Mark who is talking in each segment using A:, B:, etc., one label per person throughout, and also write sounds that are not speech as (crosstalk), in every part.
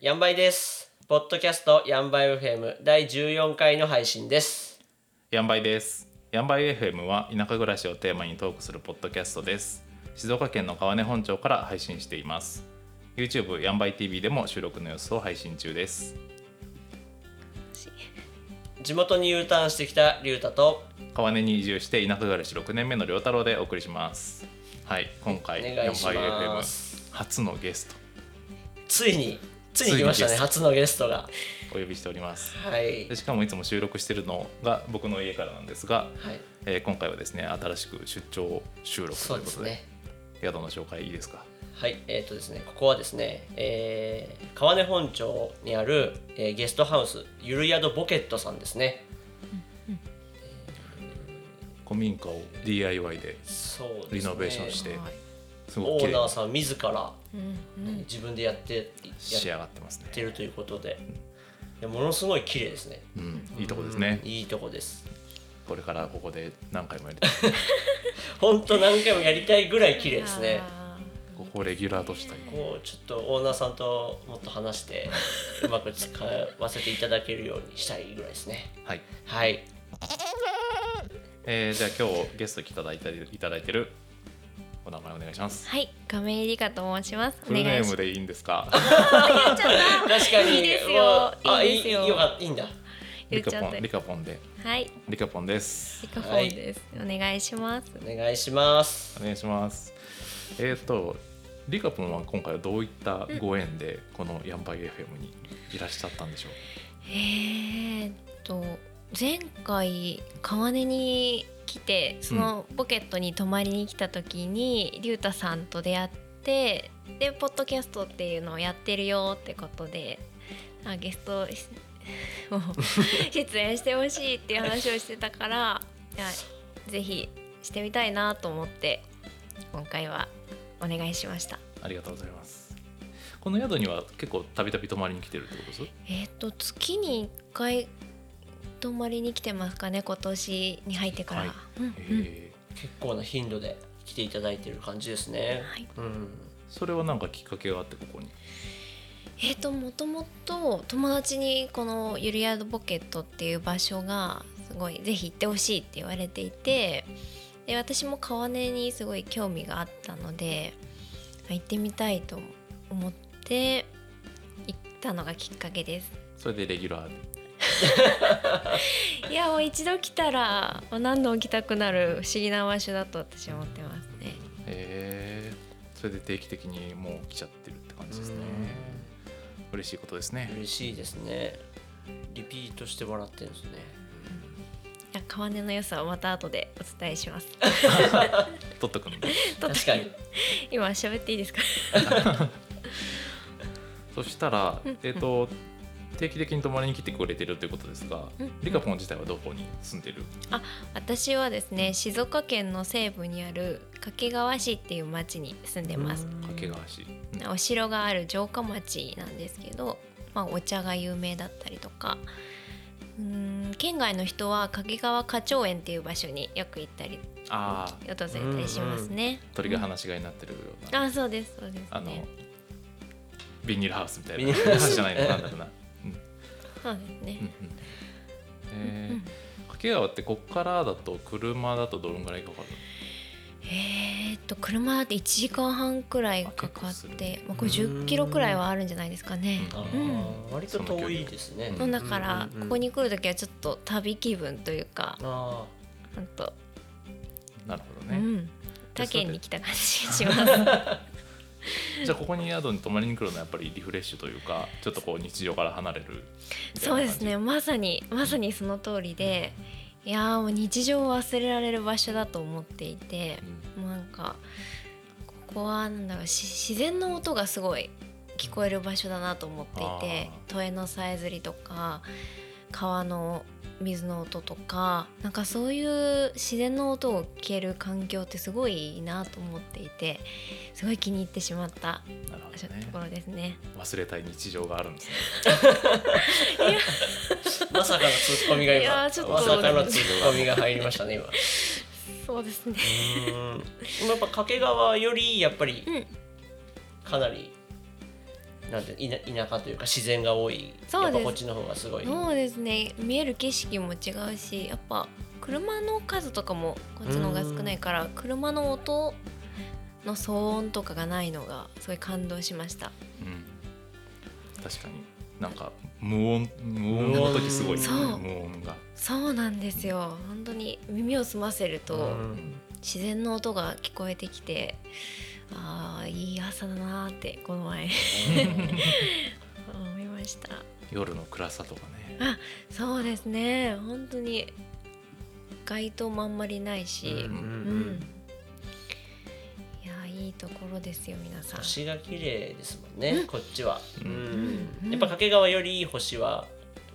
A: ヤンバイです。ポッドキャストヤンバイ FM 第14回の配信です。
B: ヤンバイです。ヤンバイ FM は田舎暮らしをテーマにトークするポッドキャストです。静岡県の川根本町から配信しています。YouTube ヤンバイ TV でも収録の様子を配信中です。
A: 地元に U ターンしてきたリュウタと
B: 川根に移住して田舎暮らし6年目の良太郎でお送りします。はい、今回
A: お
B: ヤ
A: 願い
B: ン
A: し
B: バイ
A: ま
B: FM 初のゲスト
A: ついについに来ましたね
B: ついにゲスト
A: 初のゲストが。
B: お呼びしております。
A: はい
B: で。しかもいつも収録してるのが僕の家からなんですが、
A: はい。
B: えー今回はですね新しく出張収録
A: そ
B: というう
A: で
B: こ
A: す
B: とで
A: ね。
B: 宿の紹介いいですか。
A: はい、えっ、とですね、ここはですね、えー川根本町にある、えーゲストハウスゆるやどボケットさんですね。
B: 古民家を DIY で
A: そうですね。。
B: リノベーションしてて
C: はい
B: すご
A: オ
B: く綺
A: ー
B: 麗
A: ナー
B: に
A: さん自ら、
C: うんうん、
A: 自分でやってやっ
B: 仕上がってます
A: って
B: ね。
A: るということで、いやものすごい綺麗ですね。
B: うん、いいとこですね。
A: いいとこです。
B: これからここで何回もやりたい。
A: 本当何回もやりたいぐらい綺麗ですね。
C: あ
B: ここをレギュラーとしたい。
A: こうちょっとオーナーさんともっと話してうまく使わせていただけるようにしたいぐらいですね。
B: はい。
A: はい。
B: えー、じゃあ今日ゲスト来ていただいたいただいてるお名前お願いしま
C: ー
B: す。
C: はい、亀井理香と申します。
B: フルネーム
C: で。
B: でいいんですか。
A: 確かに
C: いいですよ
A: もうあ
C: いいですよ
A: いいかいいんだ。
C: 言
B: リ
C: っ
B: カ
C: ちゃ
B: ポ
C: っ
B: ン
C: て
B: リカポンで
C: はい、
B: リカポンです。
C: リカフォンです、お願いします。
A: お願いします。
B: お願いします。えっ、とリカポンは今回はどういったご縁でこのヤンバイ FM にいらっしゃったんでしょ
C: えーっと、前回川根に来て、そのポケットに泊まりに来た時に、りゅうたさんと出会って。で、ポッドキャストっていうのをやってるよってことで、あ、ゲストし。もう (laughs) 出演してほしいっていう話をしてたから、いやぜひしてみたいなと思って今回はお願いしました。
B: う。ありがとうございます。この宿には結構たびたび泊まりに来てるってことです。
C: えっ、と月に1回泊まりに来てますかね今年に入ってから、
B: はい
C: うんうん
B: えー
A: 結構な頻度で来ていただいてる感じですね。
C: はい
A: うん。
B: それはなんかきっかけがあってここに。
C: えっ、ともともと友達にこのゆるやどポケットっていう場所がすごいぜひ行ってほしいって言われていてで私も川根にすごい興味があったので行ってみたいと思って行ったのがきっかけです。
B: それでレギュラーで
C: いやもう一度来たらもう何度も来たくなる不思議な場所だと私は思ってますね。
B: えーそれで定期的にもう来ちゃってるって感じですね嬉しいことですね
A: 嬉しいですね。リピートしてもらってるんですね。
C: いや川根の良さはまた後でお伝え
B: (laughs)
C: します。
B: 取っとく
C: (laughs)
B: んで
A: 確かに。
C: 今喋っていいですか？
B: そしたらえっ、と定期的に泊まりに来てくれてるということですが
C: うんうん
B: リカポン自体はどこに住んでる
C: 私はですね静岡県の西部にある掛川市っていう町に住んでます。
B: 掛川市うん
C: お城がある城下町なんですけど、まあ、お茶が有名だったりとか。うーん県外の人は掛川花鳥園っていう場所によく行ったり
B: あ
C: 訪れたりしますね。
B: あ鳥が放し飼いになってるような
C: あそうですそうです、ね、
B: あのビニールハウスみたい
A: ビニ
B: な
A: ールハウス
B: 話じゃないのなんだろうなうん
C: そうですね、
B: うんうんえー
C: うん
B: 掛川ってこっからだと車だとどのぐらいかかる
C: えーっと車だって1時間半くらい
B: あ
C: かかっ
B: 結構す
C: て
B: る、
C: まあ、これ1 0キロくらいはあるんじゃないですかね。
B: うん
A: あ
C: う
A: ー割と
B: その距
A: 遠
B: 離
A: いですね。
B: うん
C: だから
A: うんうんうん
C: ここに来る時はちょっと旅気分という
A: あ
C: か
A: あ。
C: ほんと、
B: なるほど
C: う
B: ね
C: ん、他県に来た感じします。
B: じゃあここに宿に泊まりに来るのはやっぱりリフレッシュというかちょっとこう日常から離れるみたいな
C: (laughs) そう
B: 感じ
C: ですねまさにまさにその通りでいやーもう日常を忘れられる場所だと思っていて
B: う、ん
C: もうなんかここはなんだろうし自然の音がすごい聞こえる場所だなと思っていて
B: あ
C: 都営のさえずりとか川の水の音とかなんかそういう自然の音を聞ける環境ってすごいいいなと思っていてすごい気に入ってしまった
B: なるほ
C: と
B: どね
C: ころですね。
B: 忘れたい日常があるんですね
A: まさかのツッコミが今
C: いやーちょっと
A: まさかのツッコミが入りましたね今う
C: そうですね
A: ーんやっぱ掛川よりやっぱり
C: うん
A: かなりなんていな田舎というか自然が多い
C: そうで
A: やっ
C: す
A: ぱこっちの方がすごい
C: そうですね見える景色も違うしやっぱ車の数とかもこっちの方が少ないから車の音の騒音とかがないのがすごい感動しました
B: うん、確かになんか無音無音の時すごいよ
C: そう
B: ね無音が
C: そうなんですよ本当に耳を澄ませる
A: う
C: と
A: ん
C: 自然の音が聞こえてきてああいい朝だなーってこの前 (laughs) 思いました
B: 夜の暗さとかね
C: そうですね本当に街灯もあんまりないし、
A: うんうん
C: う
A: うんん、
C: いやいいところですよ皆さん。
A: 星が綺麗ですもんね、こっちは、
B: う
A: うんん
C: うん
A: やっぱ掛川よりいい星は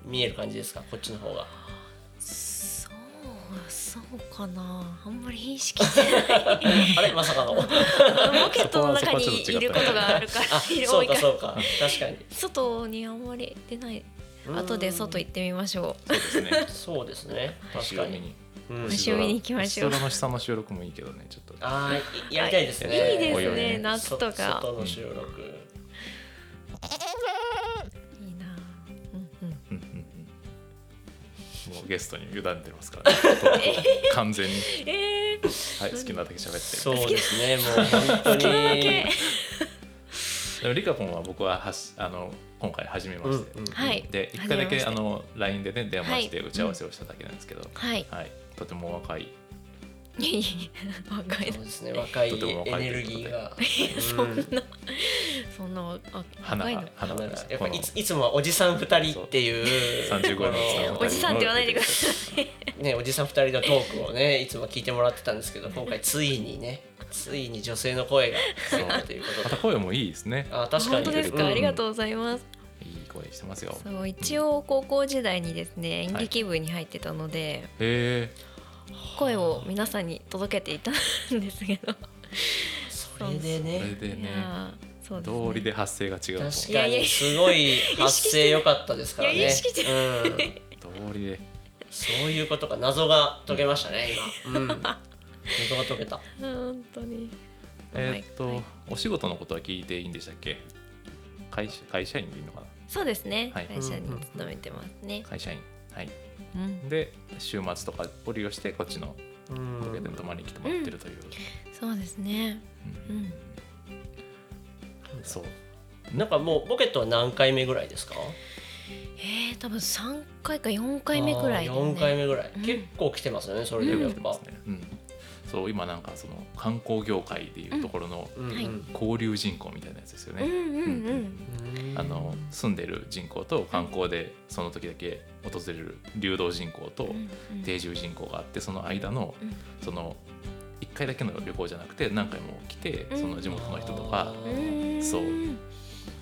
A: 見える感じですかこっちの (laughs) 方が
C: そうそうかなあんまり意
A: (laughs)
C: 識してない
A: あれまさか
C: (laughs)
A: の
C: ロケットの中にいることがあるから
A: あ
C: 多
A: そう
C: いか
A: からそうか確かに
C: 外にあんまり出ない
A: うん
C: 後で外行ってみましょ
B: そう
C: う
B: ですね
A: そうですね確
B: (laughs) 星
A: か
B: を見
A: に、
B: に
A: うん
C: 星を見に行きましょう
B: 星空の下の収録もいいけどねちょっと
A: あーいやりたいですね
B: いいですねお祝いね
C: 夏とか
A: そ外の収録、
C: いいなあうんうん
B: うんうんうんもうゲストに委ねてます
C: (laughs)
B: から、ね、完全に、
C: えー、
B: はい、好きなだけ喋って
A: そうですねもう本当に
B: でもリカポンは僕ははしあの今回初めまして、
A: うんうん
C: はい
B: で一回だけ
C: 初
B: あ
C: めまして
B: の LINE でね電話して
C: はい
B: 打ち合わせをしただけなんですけど、
C: はい (laughs)
B: はい、とても若い
C: いえいえ若い
A: そうですね若い
B: とても
A: エ
B: 若い
A: ネルギーが、
C: そん
A: うん
C: なそんなあ
B: 花
C: 若いの
B: が花が
A: やっぱいついつもはおじさん2人っていう
B: そう35のおじさん
C: (laughs) おじさんって言わないでくださ
A: ね、おじさん2人のトークをねいつも聞いてもらってたんですけど今回ついにねついに女性の声が聞こえるというこ
B: ま
A: と
B: た
A: で
B: 声もいいですね
A: あ
C: い
A: 確か
C: 本
A: に
C: 当ですか、
A: うん
C: ありがとうございます
B: いい声してますよ
C: そう一応高校時代にですね演劇部に入ってたので、
B: へ
C: 声を皆さんに届けていたんですけど
A: それで
B: え
A: ね
B: それで
C: い
B: ね
C: やーそうですね
B: 道理で発声が違う
A: 確
B: と
A: かにすごい発声良かったですから
C: いや
A: ね
C: 意識して
A: うん、
B: 道理で
A: そういうことか謎が解けましたね今、うん、謎が解けた
C: 本当に
B: えーっ
C: は
B: と
C: い
B: お仕事のことは聞いていいんでしたっけ会社会社員でいいのかな
C: そうですね、
B: はい
C: 会社に勤めてますね、
B: 会社員はい
C: うん
B: で週末とかを利用してこっちの
A: う
B: ボケで
A: ん
B: も泊まりに来てもらってるという、
C: そうですね
B: う
C: うんん
B: そう
A: なんかもうポケットは何回目ぐらいですか
C: えー、多分3回か4回目くらいだよね
A: 4回目ぐらい、
C: うん
A: 結構来てますよねそれでもやっぱ、
B: うん、そう今なんかその観光業界でいうところの
A: うんうん
C: はい
B: 交流人口みたいなやつですよ
C: うん
B: ね、
C: うんう
B: うん
A: うん
B: あの住んでる人口と観光でその時だけ訪れる流動人口と
C: うんうん
B: 定住人口があってその間の
C: うん
B: その1回だけの旅行じゃなくて何回も来て
C: うん
B: その地元の人とか
A: あ
C: うんうん
B: そう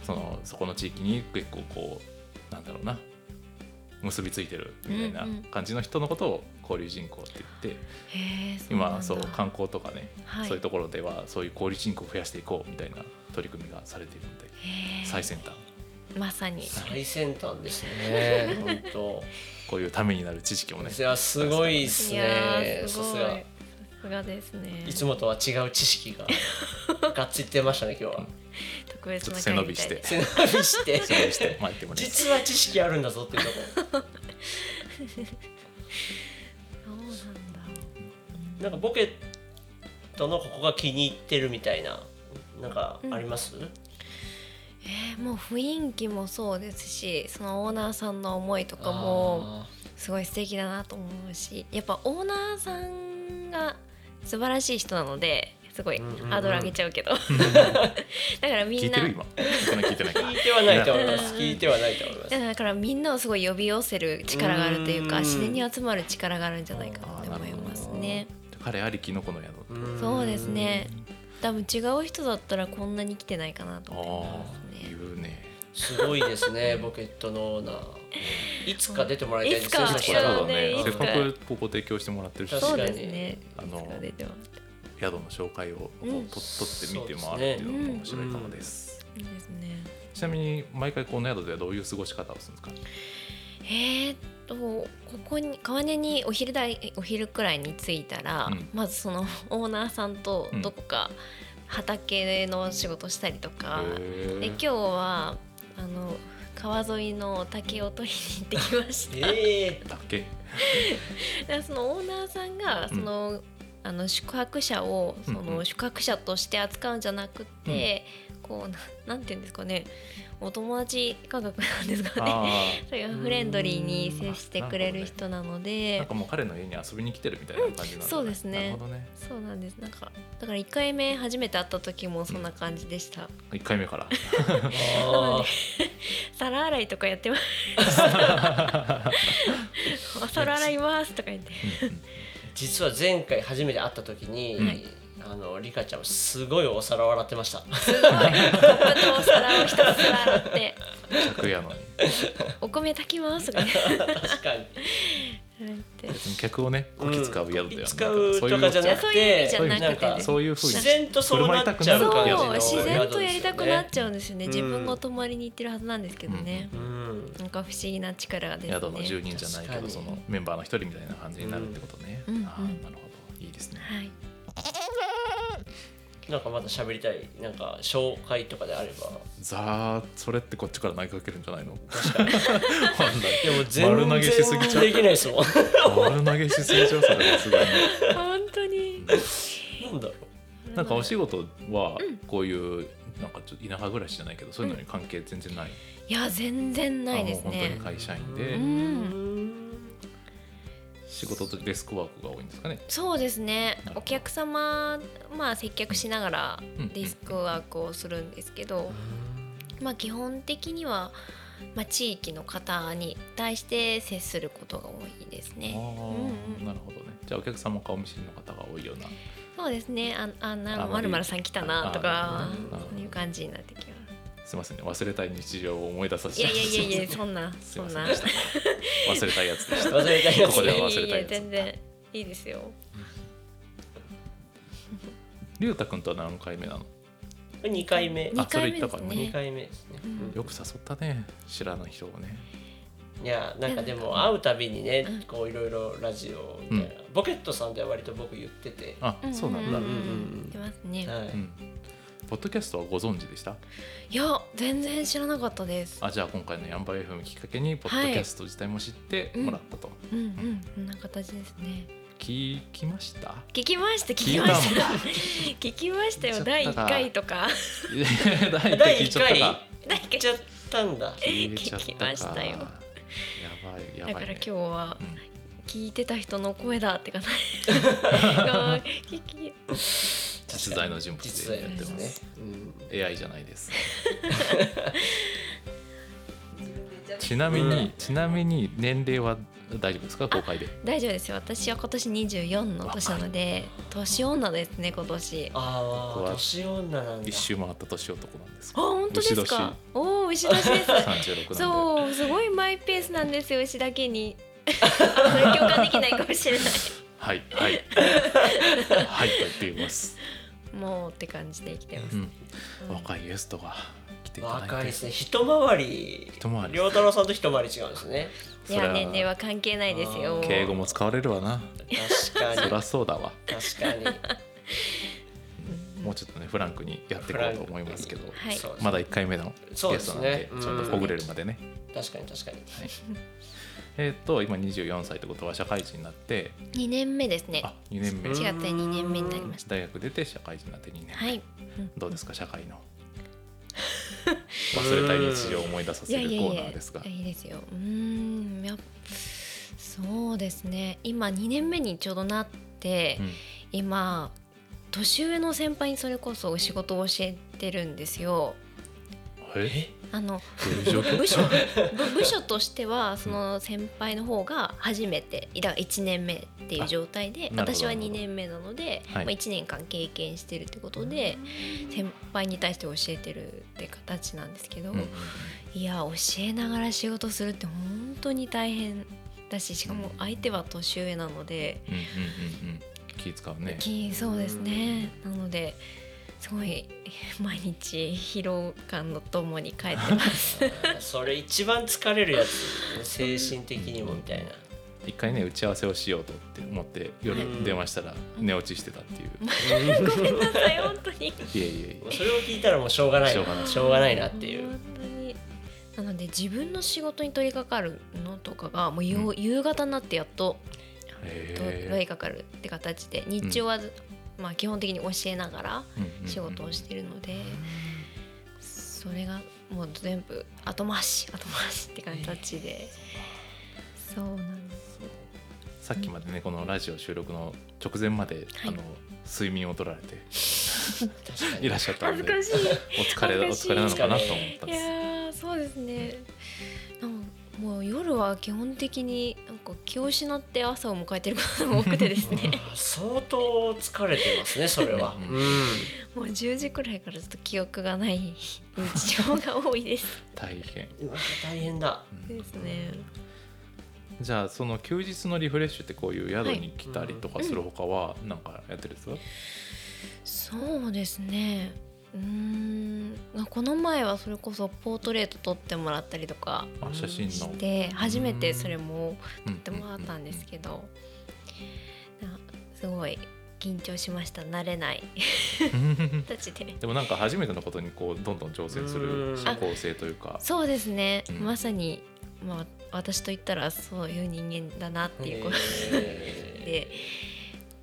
B: そのそこの地域に結構こうなんだろうな結びついてるみたいな
C: うんうん
B: 感じの人のことを交流人口って言って
C: へー
B: 今そ
C: そう
B: う
C: なんだ
B: 観光とかね
C: はい
B: そういうところではそういう交流人口を増やしていこうみたいな取り組みがされているので
C: へー
B: 最先端
C: まさに
A: 最先端ですね
C: (laughs)
A: 本当
B: こういうためになる知識もね
A: いやすごいです
C: いや
A: ね
C: ーす
A: さ
C: ごい
A: す
C: さ
A: が
C: すがですね
A: いつもとは違う知識
C: (laughs)
A: ががっついてましたね今日は
C: 特別
B: ちょっ
C: な
B: と背伸び
C: 回みた
B: し
C: い
B: て
C: で
A: (laughs) 背伸びして
B: 背伸びして待ってもね
A: 実は知識あるんだぞっていうとこ
C: そうなんだ
A: なんかボケットのここが気に入ってるみたいななんかあります、
C: えーもう雰囲気もそうですしそのオーナーさんの思いとかもすごい素敵だなと思うしやっぱオーナーさんが素晴らしい人なのですごい
A: うんうんうん
C: ハードル上げちゃうけど (laughs) だからみ
B: 聞
C: ん
B: い
C: な
B: てる
C: (laughs)
B: 今聞いてないか
A: あー聞いてはないと思います聞いてはないと思います
C: だからみんなをすごい呼び寄せる力があるという
A: う
C: か
A: ん
C: 自然に集まる力があるんじゃないかなって思いますね
B: 彼ありきのこの宿
A: ん
C: そうですね多分違う人だったらこんなに来てないかなと
B: あ
C: 思
B: あ
C: いますね
B: 言うね
A: すごいですねボケットのオーナーいつか出てもらいたいですね
C: いつか
A: そし
B: そう
A: たら
B: だ
C: うね
B: ね
C: い
B: せっ
C: つ
B: か
C: か
B: くここ提供してもらってるし
A: 確
C: そう
A: かに
C: ですね
B: あの
C: いつか出てます
B: 宿の紹介をこう
C: うん
B: とっとって見て回るっていうのも面白いかもです
C: いいですね
B: ちなみに毎回この宿ではどういう過ごし方をするんですか
C: えーっとここに川根にお昼だいお昼くらいに着いたら、
B: うん
C: まずそのオーナーさんと
B: うん
C: どこか畑の仕事したりとか
B: え
C: で今日はあの川沿いの竹を取りに行ってきました。
A: え
B: だ
C: (laughs)
B: け
C: だからそのオーナーさんが
B: う
C: そ
B: ん
C: の、あの宿泊者をそ
B: うんう
C: の
B: ん
C: 宿泊者として扱うんじゃなくて、こうななんていうんですかねお友達感覚なんですかね
B: あ
C: そういうフレンドリーに接してくれる人なの
B: あ
C: で
B: (laughs) なんかもう彼の家に遊びに来てるみたいな感じなんだ、
C: うんそうですね
B: なるほどね
C: そうなんですなんかだから1回目初めて会った時もそんな感じでした、
B: 一回目から
A: あ
C: (laughs) 皿洗いとかや (laughs) ってましたお皿洗いますとか (laughs) 言って
A: 実は前回初めて会った時に、
C: はい
A: あのリカちゃんはすごいお皿を洗ってました (laughs)
C: すごいコップとお皿をひたすら洗って
B: 客やのに
C: お米炊きますとか言って
A: 確かに
C: 言って
B: 別に客をねこき使う宿だよね、
A: うん使うとかじゃなく
C: そういう意
A: て
C: 味じゃなくて
A: んか
B: そういうふうに
A: 自然とそうなっちゃう感じ
C: そ
A: の宿
C: う
A: です
C: 自
A: よね
C: 然とやりたくなっちゃうんですよね、
A: うん
C: 自分が泊まりに行ってるはずなんですけどね、
A: うん
C: なんか不思議な力ですね
B: 宿の住人じゃないけ
A: 確か
B: ど
A: に
B: そのメンバーの一人みたいな感じになるってことね、
C: うん
B: ああ
C: うん
B: なるほどいいですね
C: はい
A: なんかまだ喋りたいなんか紹介とかであれば
B: ざーそれってこっちから投げかけるんじゃないの (laughs) わかんない
A: いやもう
B: 丸
A: 全
B: 投
A: 然
B: げしすぎちゃう
A: できないですもん
B: 丸投げしすぎちゃうそれはすごいね
C: 本当 (laughs) に
A: なんだろう
B: なんかお仕事はこういうなんかちょっと田舎暮らしじゃないけどそういうのに関係全然ない、
C: いや全然ないです
B: あもう本当
C: ね
B: に会社員で、
A: う
B: 仕事とデスクワークが多いんですかね
C: そうですね
B: なるほど
C: お客様まあ接客しながら
B: うん
C: ディスクワークをするんですけど、まあ基本的にはまあ地域の方に対して接することが多いです
B: ああ、
C: ね。うんうん
B: なるほどねじゃあお客様も顔見知りの方が多いような
C: そうですね。あ、あ、な
B: あ
C: まるまるさん来たなと
B: あ
C: か
B: なるほど
C: そういう感じになってきます
B: いませんね忘れたい日常を思い出させ
C: す。い
B: て
C: やいやいやいや、
B: す
C: そんな、
B: い
C: そ
B: ま
C: ん
B: せん
C: な。
B: でした忘れたいやつでした
C: (laughs)
A: 忘れたいやつ
B: ここではい
C: や
B: 忘れたい
C: いやい
B: や
C: や
B: つ
C: 全然いいですよ。
B: りゅうたくんとは何回目なの
A: 2回目
C: 二回目
B: あそれ言
C: です
B: ったかも
A: 2
C: ね。
A: 回目ですね、
C: うん
B: よく誘ったね知らない人をね
A: いやなんかでも会うたびにねこういろいろラジオみたいな、ボケットさんでは割と僕言ってて、
B: あ、そうなんだ、
A: う
B: うんん
C: 出ますね。
A: はい
B: ポッドキャストはご存知でした
C: いや、全然知らなかったです。
B: あじゃあ今回のヤンバー FM きっかけにポッドキャスト自体も知ってもらったと、
C: うんうん、こんな形ですね。
B: 聞きました
C: 聞きました、聞
B: 聞い
C: き
B: た
C: ま
B: の
C: した。 (laughs) 聞きました
B: 聞
C: よ、
B: いちゃっ
C: 第
B: た
C: 一
B: か
C: 回とか。
B: 第1回
A: 第
B: 聞
A: 1
B: いちゃっ
A: 回
B: たか
C: 第
A: 聞
C: 一
A: いちゃっ
C: 回。
A: たんだ
B: 聞いちゃったか
C: 聞きましたよ
B: やばいやば
C: だ
B: い、ね、
C: から今日は
B: うん
C: 聞いてた人の声だって感じ。
B: (laughs)
C: 聞き
B: 実在の人物
A: 実
B: で
A: 在
B: や
A: な
B: っ
A: ん
B: て
A: で
B: ますす
A: ね、
B: AI じゃないですちなみに、
A: うん
B: ちなみに年齢は大丈夫ですか公開で
C: 大丈夫ですよ。私は今年24の年なので、年女ですね今年。あ、
A: あ
B: 僕
A: あ
B: は
A: 年女なんだ
B: 一周回った年男なんです
C: 本当です
B: 牛年
C: か。おお、牛年
B: (laughs)
C: です。
B: 三十六なんで
C: そう、すごいマイペースなんですよ牛だけ
B: (laughs)
C: に。あそれ共感できないかもしれない。
B: はいはいはいと言っています、
C: もうって感じで生きてます。
B: うん、若いゲストが来ていただいて
A: 若いですね一回り
B: 一回り
A: 良太郎さんと一回り違うんですね
C: いや
B: そりゃ
C: 年齢は関係ないですよ。
B: 敬語も使われるわな
A: 確か
B: そ
A: に
B: りゃそうだわ
A: 確かに
B: もうちょっとねフランクにやっていこうと思いますけど
C: はい。
A: そう
B: まだ1回目のゲス
A: そ
B: ト
A: う
B: な
A: で
B: ん
A: す
B: で
A: ね
B: ちょっとほぐれるまでね
A: 確かに確かに
B: えっ、と今24歳ってことは社会人になって
C: 二年目ですね。
B: あ2年目
A: うん
C: 4月で二年目になりました。
B: 大学出て社会人になって2年目、
C: はい。
B: どうですか社会
C: (laughs)
B: の忘れたい日常を思い出さ
C: い
B: せ
C: や
B: る
C: い
B: コ
C: やい
B: ーナ
C: や
B: ーですが。
C: いいですよ。うーん、やっぱそうですね。今二年目にちょうどなって、
B: うん
C: 今年上の先輩にそれこそお仕事を教えてるんですよ。
B: え
C: あの
B: どういう状況
C: 部
B: (laughs)
C: 署部部署としてはその先輩の方が初めてだから1年目っていう状態で
B: あなるほど
C: 私
B: な
C: は
B: るほ
C: 2
B: ど
C: 年目なので、
B: はい
C: まあ、1年間経験してるってことで先輩に対して教えてるって形なんですけど、
B: うん
C: いや教えながら仕事するって本当に大変だししかも相手は年上なので、
B: うんうんうんうん気使うね。
C: きそうですねなのですごい毎日疲労感のともに帰って
B: (laughs)
C: ます。
A: それ一番疲れるやつ精神的にもみたいな
B: 一回ね打ち合わせをしようとって思って夜
A: うん
B: 電話したら寝落ちしてたっていう、
C: ごめんなさい本当に
B: いえいえい
A: それを聞いたらもうしょうがない
B: しょうがない
A: しょうがないなっていう
C: 本当になので自分の仕事に取り掛かるのとかがもう、よう夕方になってやっと
B: え
C: 取り掛かるって形で日中は、まあ、基本的に教えながら
B: うんうんうん
C: 仕事をしてるので、それがもう全部後回し後回しって形で、そうなんです
B: さっきまでねこのラジオ収録の直前まで、
C: はい
B: あの睡眠を取られて
A: 確か
B: い
A: に
B: らっしゃったん
C: 恥
B: で
C: ずかしい
B: お疲れお
C: 恥ず
B: 疲
C: かしい
B: れなのかなと思ったん
C: い
B: です
C: やーそうですね。なんかもう夜は基本的になんか気を失って朝を迎えてることが多くてですね
A: 相当疲れてますねそれは
B: うん
A: う
C: もう10時くらいからちょっと記憶がない日常が多いです。
B: 大変
A: んうわ大変だ
C: ですね。
B: じゃあその休日のリフレッシュってこういう宿に来たりとかするほかはなんかやってるんですか、
C: そうですね。うーんまあこの前はそれこそポートレート撮ってもらったりとか
B: あ写真
C: し
B: の
C: て初めてそれも
B: 撮っ
C: ってもらったんですけど、なすごい緊張しました慣れない形で
B: でもなんか初めてのことにこうどんどん挑戦す
A: う
B: る
A: ん
B: 社交性というか
C: そうですね、
B: うん
C: まさに、まあ、私と言ったらそういう人間だなっていうこと
A: え
C: で、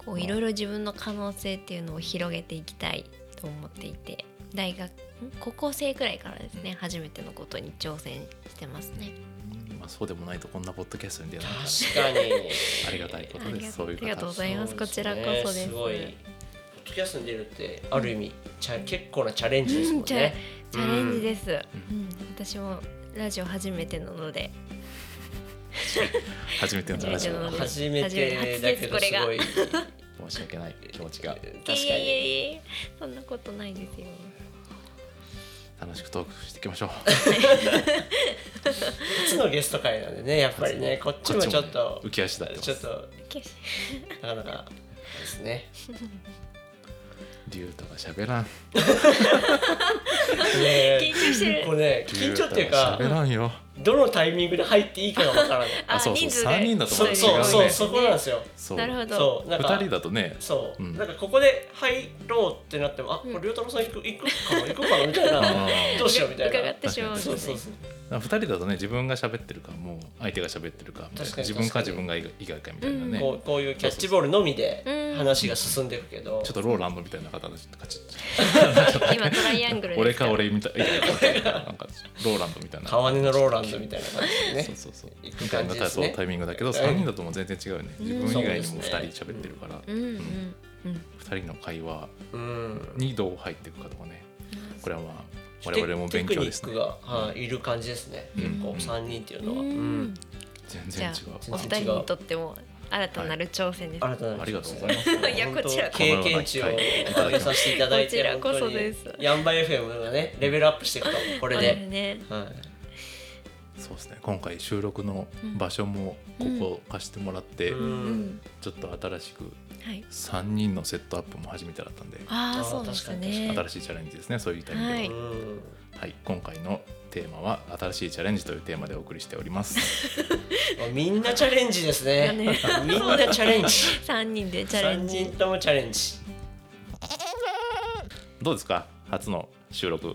C: こういろいろ自分の可能性っていうのを広げていきたいと思っていて大学ん高校生くらいからですね、初めてのことに挑戦してますね。
B: うんまあ、そうでもないとこんなポッドキャストに出なかった
A: ー確かに
B: ありがたいことですそう
C: あ
B: いう
C: りがとうご
B: 方
C: ざいますこちらこそです
A: すごいポッドキャストに出るってある意味、チャ結構なチャレンジですもんね、
C: チャレンジです、うん私もラジオ初めてなので
B: 初めてのラジオ
C: うん
B: 申
A: 初めてだけどすごい
B: し訳ない気持ちが
A: 確
C: い
A: か
C: やいやいや
A: に
C: いやそんなことないですよ。
B: 楽しくトークしていきましょう
A: 初のゲスト会なんでねやっぱりね (laughs) こっちもちょっ
B: こっちも
A: と
B: ね浮き足立ってます
A: ちょっと
C: 決して
A: なかなかですね
B: 竜太が喋らん
A: ね
C: 緊張してる
A: これね緊張っていうか
B: 竜太が喋らんよ
A: どのタイミングで入っていいかがわからない
B: あそうそう
C: 人数
B: 三人だと
A: そ
B: 思
A: う
B: う
A: そう
B: 違う
A: そう
B: ね
A: そこなんですよ
B: そう
C: なるほど。
A: そうなんか
B: 2人だとね
A: そう、
B: うん
A: なんかここで入ろうってなってもあこれ龍太郎さん行く行くかな行くかなみたいな
B: うん
A: (laughs) どうしようみたいな
C: 伺ってしまうんです
A: そ
C: ね
A: うそうそう
B: 2人だとね自分が喋ってるかもう相手が喋ってるか
A: 確かに
B: 自分か自分が以外かみたいなね、
A: こうこういうキャッチボールのみで
C: うん
A: 話が進んでいくけど、
B: ちょっとローランドみたいな方のカチッ
C: 今トライアングルです
B: 俺か俺みたいななんかローランドみたいな
A: 川根のローランドみたいな感じで
B: そう
A: ね
B: そうそう
A: 行
B: み
A: く
B: たい
A: 感じ
B: な
A: で
B: タイ
A: す
B: プの
A: ね
B: タイミングだけど3人だともう全然違うよね自分以外にも2人喋ってるから
C: うんうんうん。
B: 2人の会話
A: うん
B: にどう入っていくかとかねこれはまあ我々も
A: テ
B: 勉強です
A: テク
B: ね
A: ニックが、はい、いる感じですね、結構
B: うん
A: 三人っていう
C: う
A: のは、うん
C: ん
B: 全
C: じ
B: 然違
C: ゃ
B: う
C: あお二人にとっても新たなる挑戦です。
A: 新たな
B: ありがとうございます
A: 本当
C: いやこちらこそ
A: 経験値を上げさせていただいて
C: こちらこ
A: 本
C: そ
A: 当に
C: です
A: ヤンバ FM がねレベルアップしていくとこれで、
C: ね。
A: はい、
B: そうですね今回収録の場所もここ貸してもらって
A: う
C: うんん。
B: ちょっと新しく
C: はい。
B: 3人のセットアップも初めてだったんで
C: あ
A: あ
C: あ
A: ー
C: そうですね。
B: 新しいチャレンジですねそういった意味では
C: は
A: う
C: い
A: ん
B: はい、今回のテーマは新しいチャレンジというテーマでお送りしております。
A: あみんなチャレンジですね
C: だね
A: (laughs) みんなチャレンジ
C: 三人でチャレ
A: 3
C: ンジ
A: 人。ともチャレンジ
B: どうですか？初の収録
C: い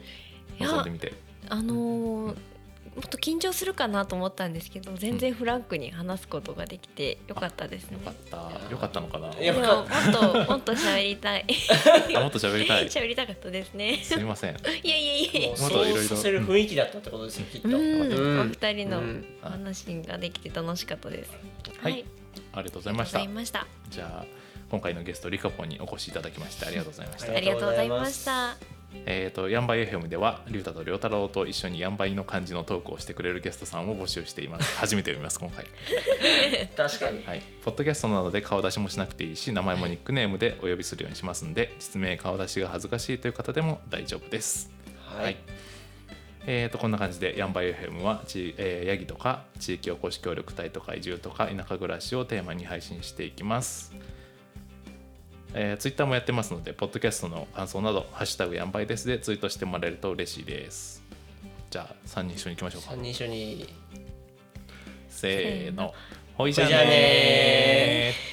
C: や
B: 臨んでみて。
C: あのー。もっと緊張するかなと思ったんですけど全然フランクに話すことができてよかったですね
B: よ。かった。よかったのかな。
A: い
B: (laughs)
C: で
A: や
B: あ
C: も
A: よ
C: も
A: か
C: っともっと喋りたい
B: もっと喋りたい。す
C: 喋りたかったですね。
B: みません。
C: いやいやいや
A: もう
B: まだ
A: そう
B: いろいろ
A: させる雰囲気だったってことですよきっと、
C: うん、
A: う
C: お
A: ん
C: 二人の
A: うん
C: お話ができて楽しかったです。
B: はいありがとうございました
C: ありがとうござい。ました。
B: じゃあ今回のゲストリカポンにお越しいただきましてありがとうございました。
A: はい
C: ありがとうございました。
B: えー、とヤンバイ FM ではリュウタとリョウタロウと一緒にヤンバイの漢字のトークをしてくれるゲストさんを募集してい
C: (laughs)
B: ます。初めて読みます今回。
A: 確かに
B: はい、ポッドキャストなどで顔出しもしなくていいし名前もニックネームでお呼びするようにしますんで実名顔出しが恥ずかしいという方でも大丈夫です。
A: はい、
B: えー、とこんな感じでヤンバイ FM はち、えーヤギとか地域おこし協力隊とか移住とか田舎暮らしをテーマに配信していきます。えー、ツイッターもやってますので、ポッドキャストの感想など、ハッシュタグヤンバイですでツイートしてもらえると嬉しいです。じゃあ、3人一緒に行きましょうか
A: 三。人一緒に
B: せーの、ほいじゃあ
A: ほいじゃあ
B: ね
A: ね
B: ー